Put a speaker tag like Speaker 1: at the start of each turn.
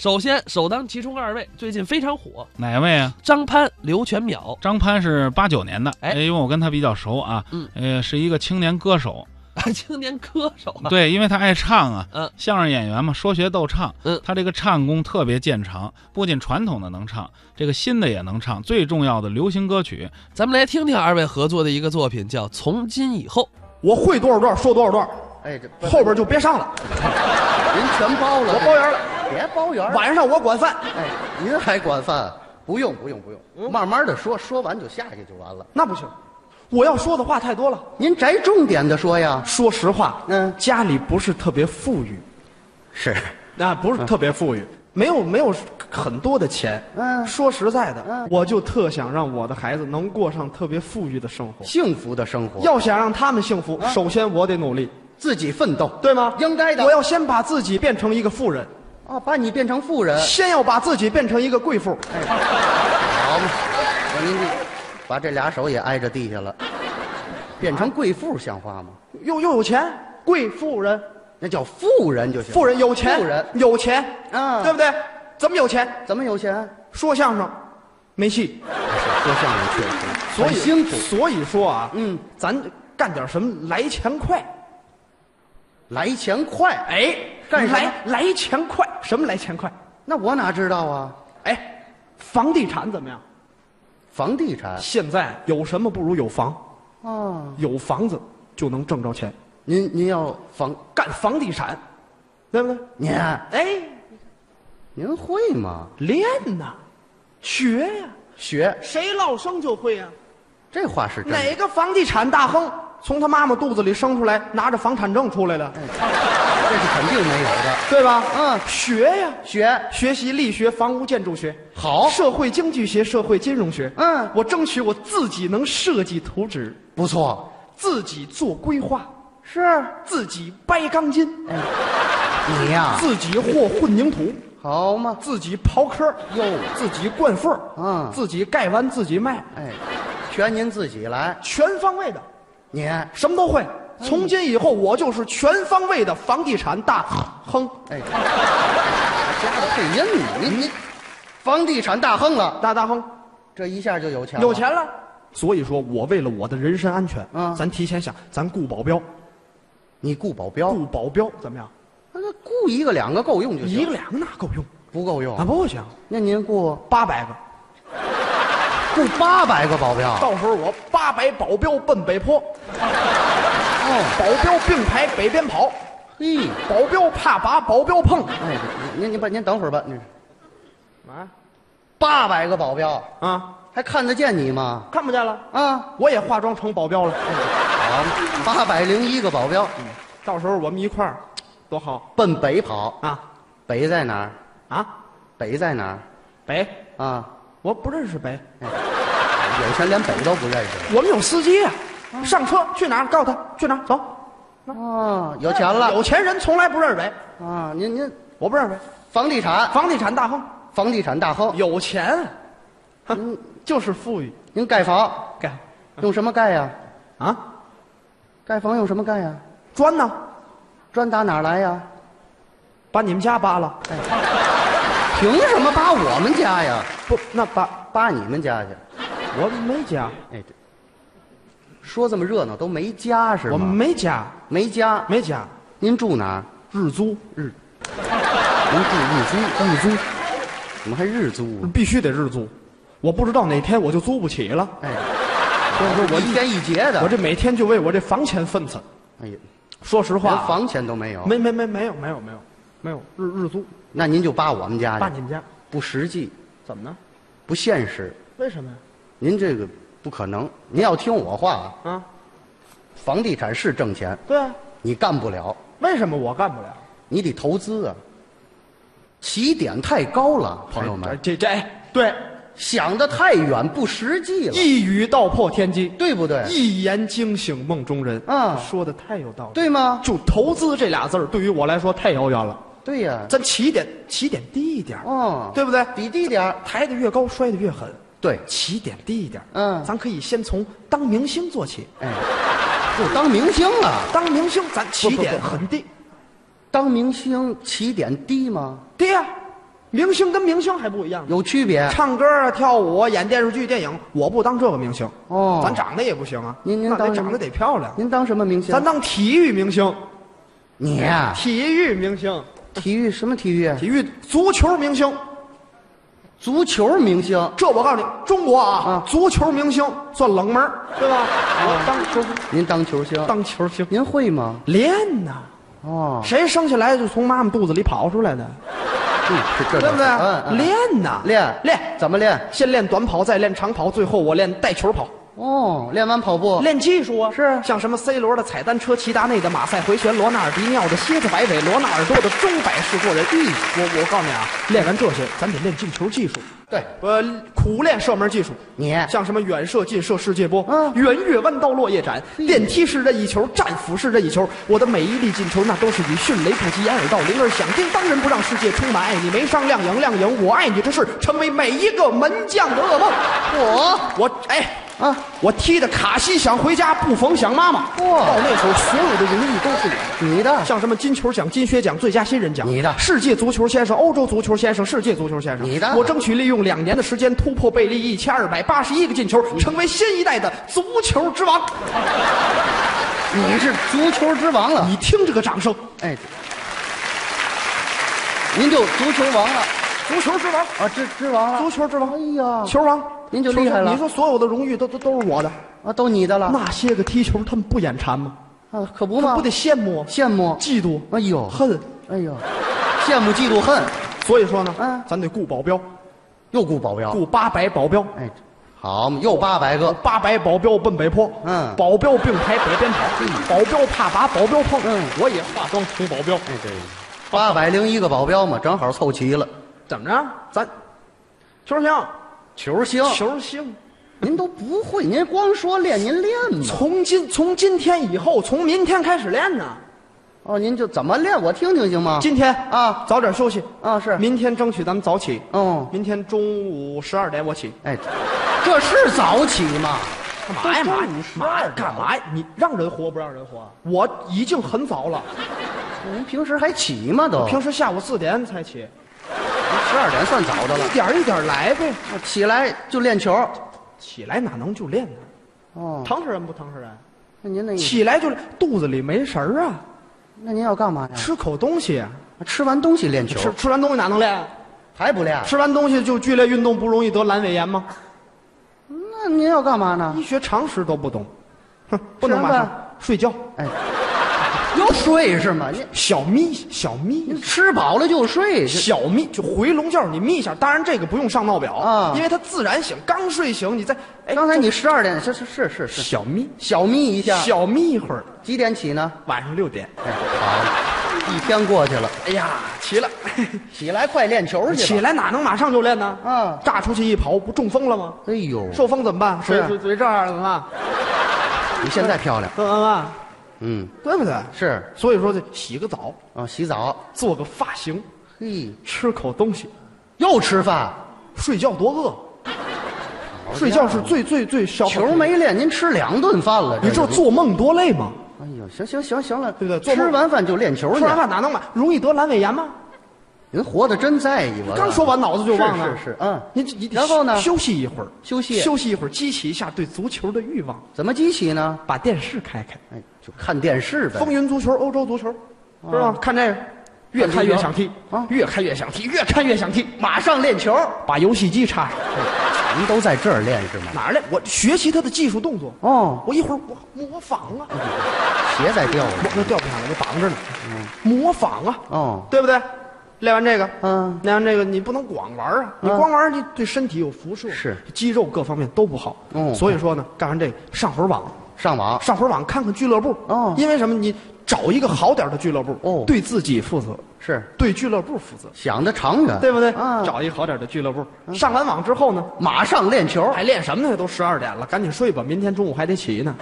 Speaker 1: 首先，首当其冲二位最近非常火，
Speaker 2: 哪位啊？
Speaker 1: 张潘、刘全淼。
Speaker 2: 张潘是八九年的，
Speaker 1: 哎
Speaker 2: 因为我跟他比较熟啊，
Speaker 1: 嗯
Speaker 2: 呃，是一个青年歌手，
Speaker 1: 啊
Speaker 2: 啊
Speaker 1: 青年歌手啊，
Speaker 2: 对，因为他爱唱啊，
Speaker 1: 嗯
Speaker 2: 相声演员嘛，说学逗唱，
Speaker 1: 嗯
Speaker 2: 他这个唱功特别见长，不仅传统的能唱，这个新的也能唱，最重要的流行歌曲，
Speaker 1: 咱们来听听二位合作的一个作品，叫《从今以后
Speaker 3: 我会多少段说多少段，
Speaker 4: 哎，这不
Speaker 3: 后边就别上了。
Speaker 4: 您全包了，哎
Speaker 3: 我包圆了，
Speaker 4: 别包圆了。
Speaker 3: 晚上我管饭。
Speaker 4: 哎，您还管饭？不用不用不
Speaker 3: 嗯
Speaker 4: 用，慢慢的说，说完就下去就完了。
Speaker 3: 那不行，我要说的话太多了。
Speaker 4: 您摘重点的说呀。
Speaker 3: 说实话，
Speaker 4: 嗯
Speaker 3: 家里不是特别富裕，
Speaker 4: 是，
Speaker 3: 那不是特别富裕，没有没有很多的钱。
Speaker 4: 嗯
Speaker 3: 说实在的，我就特想让我的孩子能过上特别富裕的生活。
Speaker 4: 幸福的生活
Speaker 3: 要想让他们幸福，首先我得努力，
Speaker 4: 自己奋斗，
Speaker 3: 对吗？
Speaker 4: 应该的。
Speaker 3: 我要先把自己变成一个富人，
Speaker 4: 啊，把你变成富人，
Speaker 3: 先要把自己变成一个贵妇。
Speaker 4: 好嘛？我您这把这俩手也挨着地下了，变成贵妇像话吗？
Speaker 3: 又又有钱，贵妇人，
Speaker 4: 那叫富人就行。
Speaker 3: 富人有钱，
Speaker 4: 富人
Speaker 3: 有钱，
Speaker 4: 嗯
Speaker 3: 对不对？怎么有钱？
Speaker 4: 怎么有钱？
Speaker 3: 说相声，没戏，
Speaker 4: 说相声确实，
Speaker 3: 所以
Speaker 4: 很辛苦，
Speaker 3: 所以说啊，
Speaker 4: 嗯，
Speaker 3: 咱干点什么来钱快，
Speaker 4: 来钱快。
Speaker 3: 哎，
Speaker 4: 干什么
Speaker 3: 来来钱快，什么来钱快？
Speaker 4: 那我哪知道啊？
Speaker 3: 哎，房地产怎么样？
Speaker 4: 房地产
Speaker 3: 现在有什么不如有房？
Speaker 4: 啊，
Speaker 3: 有房子就能挣着钱，
Speaker 4: 您您要房
Speaker 3: 干房地产，对不对？
Speaker 4: 您啊
Speaker 3: 哎，
Speaker 4: 您会吗？
Speaker 3: 练呐、学呀、
Speaker 4: 学
Speaker 3: 谁落生就会
Speaker 4: 啊
Speaker 3: 呀、
Speaker 4: 这话是真 的。
Speaker 3: 哪个房地产大亨从他妈妈肚子里生出来，拿着房产证出来的，
Speaker 4: 这是肯定没有的。
Speaker 3: 对吧？
Speaker 4: 嗯
Speaker 3: 学呀、
Speaker 4: 学
Speaker 3: 学习力学、房屋建筑学，
Speaker 4: 好
Speaker 3: 社会经济学、社会金融学。
Speaker 4: 嗯
Speaker 3: 我争取我自己能设计图纸，
Speaker 4: 不错，
Speaker 3: 自己做规划，
Speaker 4: 是嗯
Speaker 3: 自己掰钢筋，
Speaker 4: 你呀、
Speaker 3: 自己和混凝土，
Speaker 4: 好嘛？
Speaker 3: 自己刨坑儿，
Speaker 4: 哟
Speaker 3: 自己灌缝儿，
Speaker 4: 嗯
Speaker 3: 自己盖完自己卖，
Speaker 4: 哎，全您自己来。哎
Speaker 3: 全方位的，
Speaker 4: 您
Speaker 3: 什么都会。
Speaker 4: 嗯
Speaker 3: 从今以后，我就是全方位的房地产大亨。
Speaker 4: 哎，加个配音呢？您您房地产大亨了，
Speaker 3: 大大亨，
Speaker 4: 这一下就有钱了。
Speaker 3: 有钱了。所以说我为了我的人身安全，
Speaker 4: 嗯
Speaker 3: 咱提前想，咱雇保镖，
Speaker 4: 你雇保镖，
Speaker 3: 雇保镖怎么样？
Speaker 4: 那雇一个两个够用就
Speaker 3: 嗯
Speaker 4: 行。
Speaker 3: 一个两个那够用，
Speaker 4: 不够用
Speaker 3: 那，不行，
Speaker 4: 那您雇
Speaker 3: 八百个。
Speaker 4: 雇八百个保镖，
Speaker 3: 到时候我八百保镖奔北坡，
Speaker 4: 哦，
Speaker 3: 保镖并排北边跑，
Speaker 4: 嘿，
Speaker 3: 保镖怕把保镖碰。
Speaker 4: 哎，您您把您等会儿吧，您
Speaker 3: 啊
Speaker 4: 八百个保镖
Speaker 3: 啊，
Speaker 4: 还看得见你吗？
Speaker 3: 看不见了，
Speaker 4: 啊，
Speaker 3: 我也化妆成保镖了。
Speaker 4: 好，八百零一个保镖
Speaker 3: 到时候我们一块儿，多好
Speaker 4: 奔北跑，
Speaker 3: 啊
Speaker 4: 北在哪儿？
Speaker 3: 啊！
Speaker 4: 北在哪
Speaker 3: 北，
Speaker 4: 儿？啊，
Speaker 3: 我不认识北，
Speaker 4: 有钱连北都不认识
Speaker 3: 我们有司机啊。上车去哪儿？告诉他去哪儿走。
Speaker 4: 啊，有钱了
Speaker 3: 有钱人从来不认识北，
Speaker 4: 啊！您您
Speaker 3: 我不认识北。
Speaker 4: 房地产，
Speaker 3: 房地产大亨，
Speaker 4: 房地产大亨，
Speaker 3: 有钱，哼，就是富裕。
Speaker 4: 您盖房
Speaker 3: 干
Speaker 4: 用什么盖呀、
Speaker 3: 啊，
Speaker 4: 盖房用什么盖呀、
Speaker 3: 砖呢？
Speaker 4: 砖打哪儿来呀、
Speaker 3: 把你们家扒了？
Speaker 4: 凭什么扒我们家呀？
Speaker 3: 不，那扒
Speaker 4: 扒你们家去？
Speaker 3: 我没家，
Speaker 4: 哎，这说这么热闹都没家是吗？
Speaker 3: 我没家，
Speaker 4: 没家，
Speaker 3: 没家，
Speaker 4: 您住哪儿？
Speaker 3: 日租
Speaker 4: 日，您住日租，日租，怎么还日租啊？
Speaker 3: 必须得日租。我不知道哪天我就租不起了，
Speaker 4: 哎，
Speaker 3: 所以说我
Speaker 4: 一天一节的，
Speaker 3: 我这每天就为我这房钱愤懑。
Speaker 4: 哎呀，
Speaker 3: 说实话
Speaker 4: 连
Speaker 3: 啊，
Speaker 4: 房钱都没有，
Speaker 3: 没没没没有没有没有没有日日租
Speaker 4: 那您就扒我们家
Speaker 3: 扒
Speaker 4: 去，
Speaker 3: 你们家
Speaker 4: 不实际，
Speaker 3: 怎么呢？
Speaker 4: 不现实，
Speaker 3: 为什么呀？
Speaker 4: 您这个不可能。您要听我话，啊，
Speaker 3: 啊，
Speaker 4: 房地产是挣钱，
Speaker 3: 对啊，
Speaker 4: 你干不了，
Speaker 3: 为什么我干不了？
Speaker 4: 你得投资啊。起点太高了，朋友
Speaker 3: 哎
Speaker 4: 们，
Speaker 3: 这这哎对，
Speaker 4: 想的太远，不实际了，
Speaker 3: 一语道破天机，
Speaker 4: 对不对？
Speaker 3: 一言惊醒梦中人。
Speaker 4: 啊
Speaker 3: 说的太有道理。
Speaker 4: 对吗？
Speaker 3: 就投资这俩字儿，对于我来说太遥远了。
Speaker 4: 对呀，
Speaker 3: 咱起点起点低一点儿，
Speaker 4: 哦，
Speaker 3: 对不对？
Speaker 4: 比低点儿，
Speaker 3: 抬得越高，摔得越狠。
Speaker 4: 对，
Speaker 3: 起点低一点儿，
Speaker 4: 嗯
Speaker 3: 咱可以先从当明星做起。
Speaker 4: 哎，就当明星了。
Speaker 3: 当明星，咱起
Speaker 4: 不不
Speaker 3: 点很低，
Speaker 4: 当明星起点低吗？
Speaker 3: 低呀、明星跟明星还不一样呢，
Speaker 4: 有区别。
Speaker 3: 唱歌啊、跳舞啊、演电视剧、电影，我不当这个明星，
Speaker 4: 哦，
Speaker 3: 咱长得也不行啊，
Speaker 4: 您您
Speaker 3: 那
Speaker 4: 当
Speaker 3: 得
Speaker 4: 什么
Speaker 3: 长得得漂亮，
Speaker 4: 您当什么明星？啊
Speaker 3: 咱当体育明星，
Speaker 4: 你呀、
Speaker 3: 体育明星，
Speaker 4: 体育什么体育？啊
Speaker 3: 体育足球明星，
Speaker 4: 足球明星。
Speaker 3: 这我告诉你，中国啊，
Speaker 4: 啊
Speaker 3: 足球明星算冷门儿，对吧？我当球
Speaker 4: 您当球星？
Speaker 3: 当球星，
Speaker 4: 您会吗？
Speaker 3: 练呐，
Speaker 4: 哦，
Speaker 3: 谁生下来就从妈妈肚子里跑出来的，
Speaker 4: 嗯是这
Speaker 3: 对不
Speaker 4: 倒是嗯
Speaker 3: 对？
Speaker 4: 嗯
Speaker 3: 练呐，
Speaker 4: 练
Speaker 3: 哎练，
Speaker 4: 怎么练？
Speaker 3: 先练短跑，再练长跑，最后我练带球跑。
Speaker 4: 哦，练完跑步。
Speaker 3: 练技术啊，
Speaker 4: 是
Speaker 3: 像什么 C 罗的踩单车、齐达内的马赛回旋、罗纳尔迪尼奥的蝎子摆尾、罗纳尔多的钟摆式过人。咦，我我告诉你啊，练完这些，咱得练进球技术，
Speaker 4: 对，
Speaker 3: 呃，苦练射门技术，
Speaker 4: 你
Speaker 3: 像什么远射、近射、世界波，
Speaker 4: 嗯
Speaker 3: 圆月弯刀、落叶斩，电梯式任意球、战斧式任意球，我的每一粒进球，那都是以迅雷不及掩耳盗铃而响，叮当人不让世界充满爱你，没商量赢亮赢，我爱你这事成为每一个门将的噩梦。
Speaker 4: 我
Speaker 3: 我哎。
Speaker 4: 啊，
Speaker 3: 我踢的卡西想回家，不逢想妈妈。
Speaker 4: 哇
Speaker 3: 到那时候所有的荣誉都是我
Speaker 4: 你的
Speaker 3: 的，像什么金球奖、金靴奖、最佳新人奖，
Speaker 4: 你的
Speaker 3: 世界足球先生、欧洲足球先生、世界足球先生，
Speaker 4: 你的
Speaker 3: 我争取利用两年的时间突破贝利一千二百八十一个进球，成为新一代的足球之王。
Speaker 4: 你是足球之王了。
Speaker 3: 你听这个掌声，
Speaker 4: 哎，您就足球王了
Speaker 3: 足球之王，
Speaker 4: 啊，之之王了，
Speaker 3: 足球之王，
Speaker 4: 哎呀，
Speaker 3: 球王，
Speaker 4: 您就
Speaker 3: 球王
Speaker 4: 厉害了
Speaker 3: 你说所有的荣誉都都都是我的，
Speaker 4: 啊，都你的了。
Speaker 3: 那些个踢球他们不眼馋吗？
Speaker 4: 啊，可不
Speaker 3: 他
Speaker 4: 嘛，
Speaker 3: 们不得羡慕、
Speaker 4: 羡慕。
Speaker 3: 嫉妒、
Speaker 4: 哎呦，，
Speaker 3: 恨？
Speaker 4: 哎呦，羡慕嫉妒恨，
Speaker 3: 所以说呢，
Speaker 4: 嗯
Speaker 3: 咱得固保镖。
Speaker 4: 又雇保镖。
Speaker 3: 雇八百保镖，
Speaker 4: 哎，好嘛，又八百个。
Speaker 3: 八百保镖奔北坡。
Speaker 4: 嗯
Speaker 3: 保镖并排北边跑，保镖怕拔，保镖碰。
Speaker 4: 嗯
Speaker 3: 我也化妆成保镖。
Speaker 4: 哎，对，八百零一个保镖嘛，正好凑齐了。
Speaker 3: 怎么着？咱球星，
Speaker 4: 球星，
Speaker 3: 球星，
Speaker 4: 您都不会，您光说练，您练吗？
Speaker 3: 从今从今天以后，从明天开始练呢。
Speaker 4: 哦，您就怎么练，我听听行吗？
Speaker 3: 今天
Speaker 4: 啊
Speaker 3: 早点休息。
Speaker 4: 啊是，
Speaker 3: 明天争取咱们早起。
Speaker 4: 嗯，
Speaker 3: 明天中午十二点我起。
Speaker 4: 哎，这是早起吗？
Speaker 3: 干嘛呀？
Speaker 4: 都
Speaker 3: 妈
Speaker 4: 中午十
Speaker 3: 妈
Speaker 4: 二
Speaker 3: 呀
Speaker 4: 点
Speaker 3: 干嘛呀？你让人活不让人活啊？我已经很早了，
Speaker 4: 您平时还起吗都？
Speaker 3: 平时下午四点才起，
Speaker 4: 十二点算早的了
Speaker 3: 一，点一点来呗。
Speaker 4: 起来就练球。
Speaker 3: 起来哪能就练呢？
Speaker 4: 哦，
Speaker 3: 疼死人不疼死人？
Speaker 4: 那您那
Speaker 3: 起来就肚子里没神儿啊，
Speaker 4: 那您要干嘛呀？
Speaker 3: 吃口东西啊，
Speaker 4: 吃完东西练球
Speaker 3: 吃，吃完东西哪能练啊？
Speaker 4: 还不练？
Speaker 3: 吃完东西就剧烈运动，不容易得阑尾炎吗？
Speaker 4: 那您要干嘛呢
Speaker 3: 医？学常识都不懂，哼，不能
Speaker 4: 吃
Speaker 3: 马
Speaker 4: 完饭
Speaker 3: 上睡觉，
Speaker 4: 哎，要睡是吗？您
Speaker 3: 小眯小眯
Speaker 4: 您吃饱了就睡，这
Speaker 3: 小眯就回笼觉，你眯一下。当然这个不用上闹表
Speaker 4: 啊
Speaker 3: 因为它自然醒，刚睡醒你再哎，
Speaker 4: 刚才你十二点是是是是是，
Speaker 3: 小眯
Speaker 4: 小眯一下，
Speaker 3: 小眯一会儿，
Speaker 4: 几点起呢？
Speaker 3: 晚上六点，
Speaker 4: 哎，好，一天过去了，
Speaker 3: 哎呀，齐了，
Speaker 4: 起来快练球去吧。
Speaker 3: 起，来哪能马上就练呢？
Speaker 4: 啊
Speaker 3: 炸出去一跑不中风了吗？
Speaker 4: 哎呦，
Speaker 3: 受风怎么办？
Speaker 4: 是
Speaker 3: 嘴
Speaker 4: 啊
Speaker 3: 嘴嘴这样怎么办？
Speaker 4: 你现在漂亮，
Speaker 3: 怎么办？
Speaker 4: 嗯，
Speaker 3: 对不对？
Speaker 4: 是
Speaker 3: 所以说，这洗个澡，
Speaker 4: 啊，洗澡，
Speaker 3: 做个发型，
Speaker 4: 嘿，
Speaker 3: 吃口东西，
Speaker 4: 又吃饭，
Speaker 3: 睡觉多饿，睡觉是最最最消耗体力
Speaker 4: 球。没哎练，您吃两顿饭了，
Speaker 3: 你知道
Speaker 4: 就
Speaker 3: 做梦多累吗？
Speaker 4: 哎呦，行行行行了，
Speaker 3: 对不对做梦
Speaker 4: 吃完饭就练球去
Speaker 3: 吃，完饭哪能买？容易得阑尾炎吗？
Speaker 4: 您活得真在意我。啊
Speaker 3: 刚说完脑子就忘了。
Speaker 4: 是是是，嗯，
Speaker 3: 你你
Speaker 4: 然后呢
Speaker 3: 休息一会儿，
Speaker 4: 休息
Speaker 3: 休息一会儿，激起一下对足球的欲望。
Speaker 4: 怎么激起呢？
Speaker 3: 把电视开开，
Speaker 4: 哎，就看电视呗。
Speaker 3: 风云足球、欧洲足球，是吧？看这个，越看越想踢
Speaker 4: 啊
Speaker 3: 越看越想踢，越看越想踢。
Speaker 4: 马上练球，
Speaker 3: 把游戏机插上，
Speaker 4: 您都在这儿练是吗？
Speaker 3: 哪儿来？我学习他的技术动作。
Speaker 4: 哦，
Speaker 3: 我一会儿我模仿啊，
Speaker 4: 鞋在掉
Speaker 3: 我那
Speaker 4: 了。嗯
Speaker 3: 掉不下来，我绑着呢，模仿啊，
Speaker 4: 哦，
Speaker 3: 对不对？练完这个，
Speaker 4: 嗯，
Speaker 3: 练完这个你不能光玩啊，你
Speaker 4: 嗯
Speaker 3: 光玩儿你对身体有辐射，
Speaker 4: 是
Speaker 3: 肌肉各方面都不好。
Speaker 4: 嗯
Speaker 3: 所以说呢，干完这个上会儿网，
Speaker 4: 上网
Speaker 3: 上会儿网看看俱乐部。
Speaker 4: 哦
Speaker 3: 因为什么？你找一个好点儿的俱乐部，
Speaker 4: 哦嗯
Speaker 3: 对自己负责，
Speaker 4: 是
Speaker 3: 对俱乐部负责，
Speaker 4: 想的长远，
Speaker 3: 对不对？
Speaker 4: 啊，
Speaker 3: 找一个好点儿的俱乐部。
Speaker 4: 嗯
Speaker 3: 上完网之后呢，
Speaker 4: 马上练球。
Speaker 3: 还练什么呢？都十二点了，赶紧睡吧，明天中午还得起呢。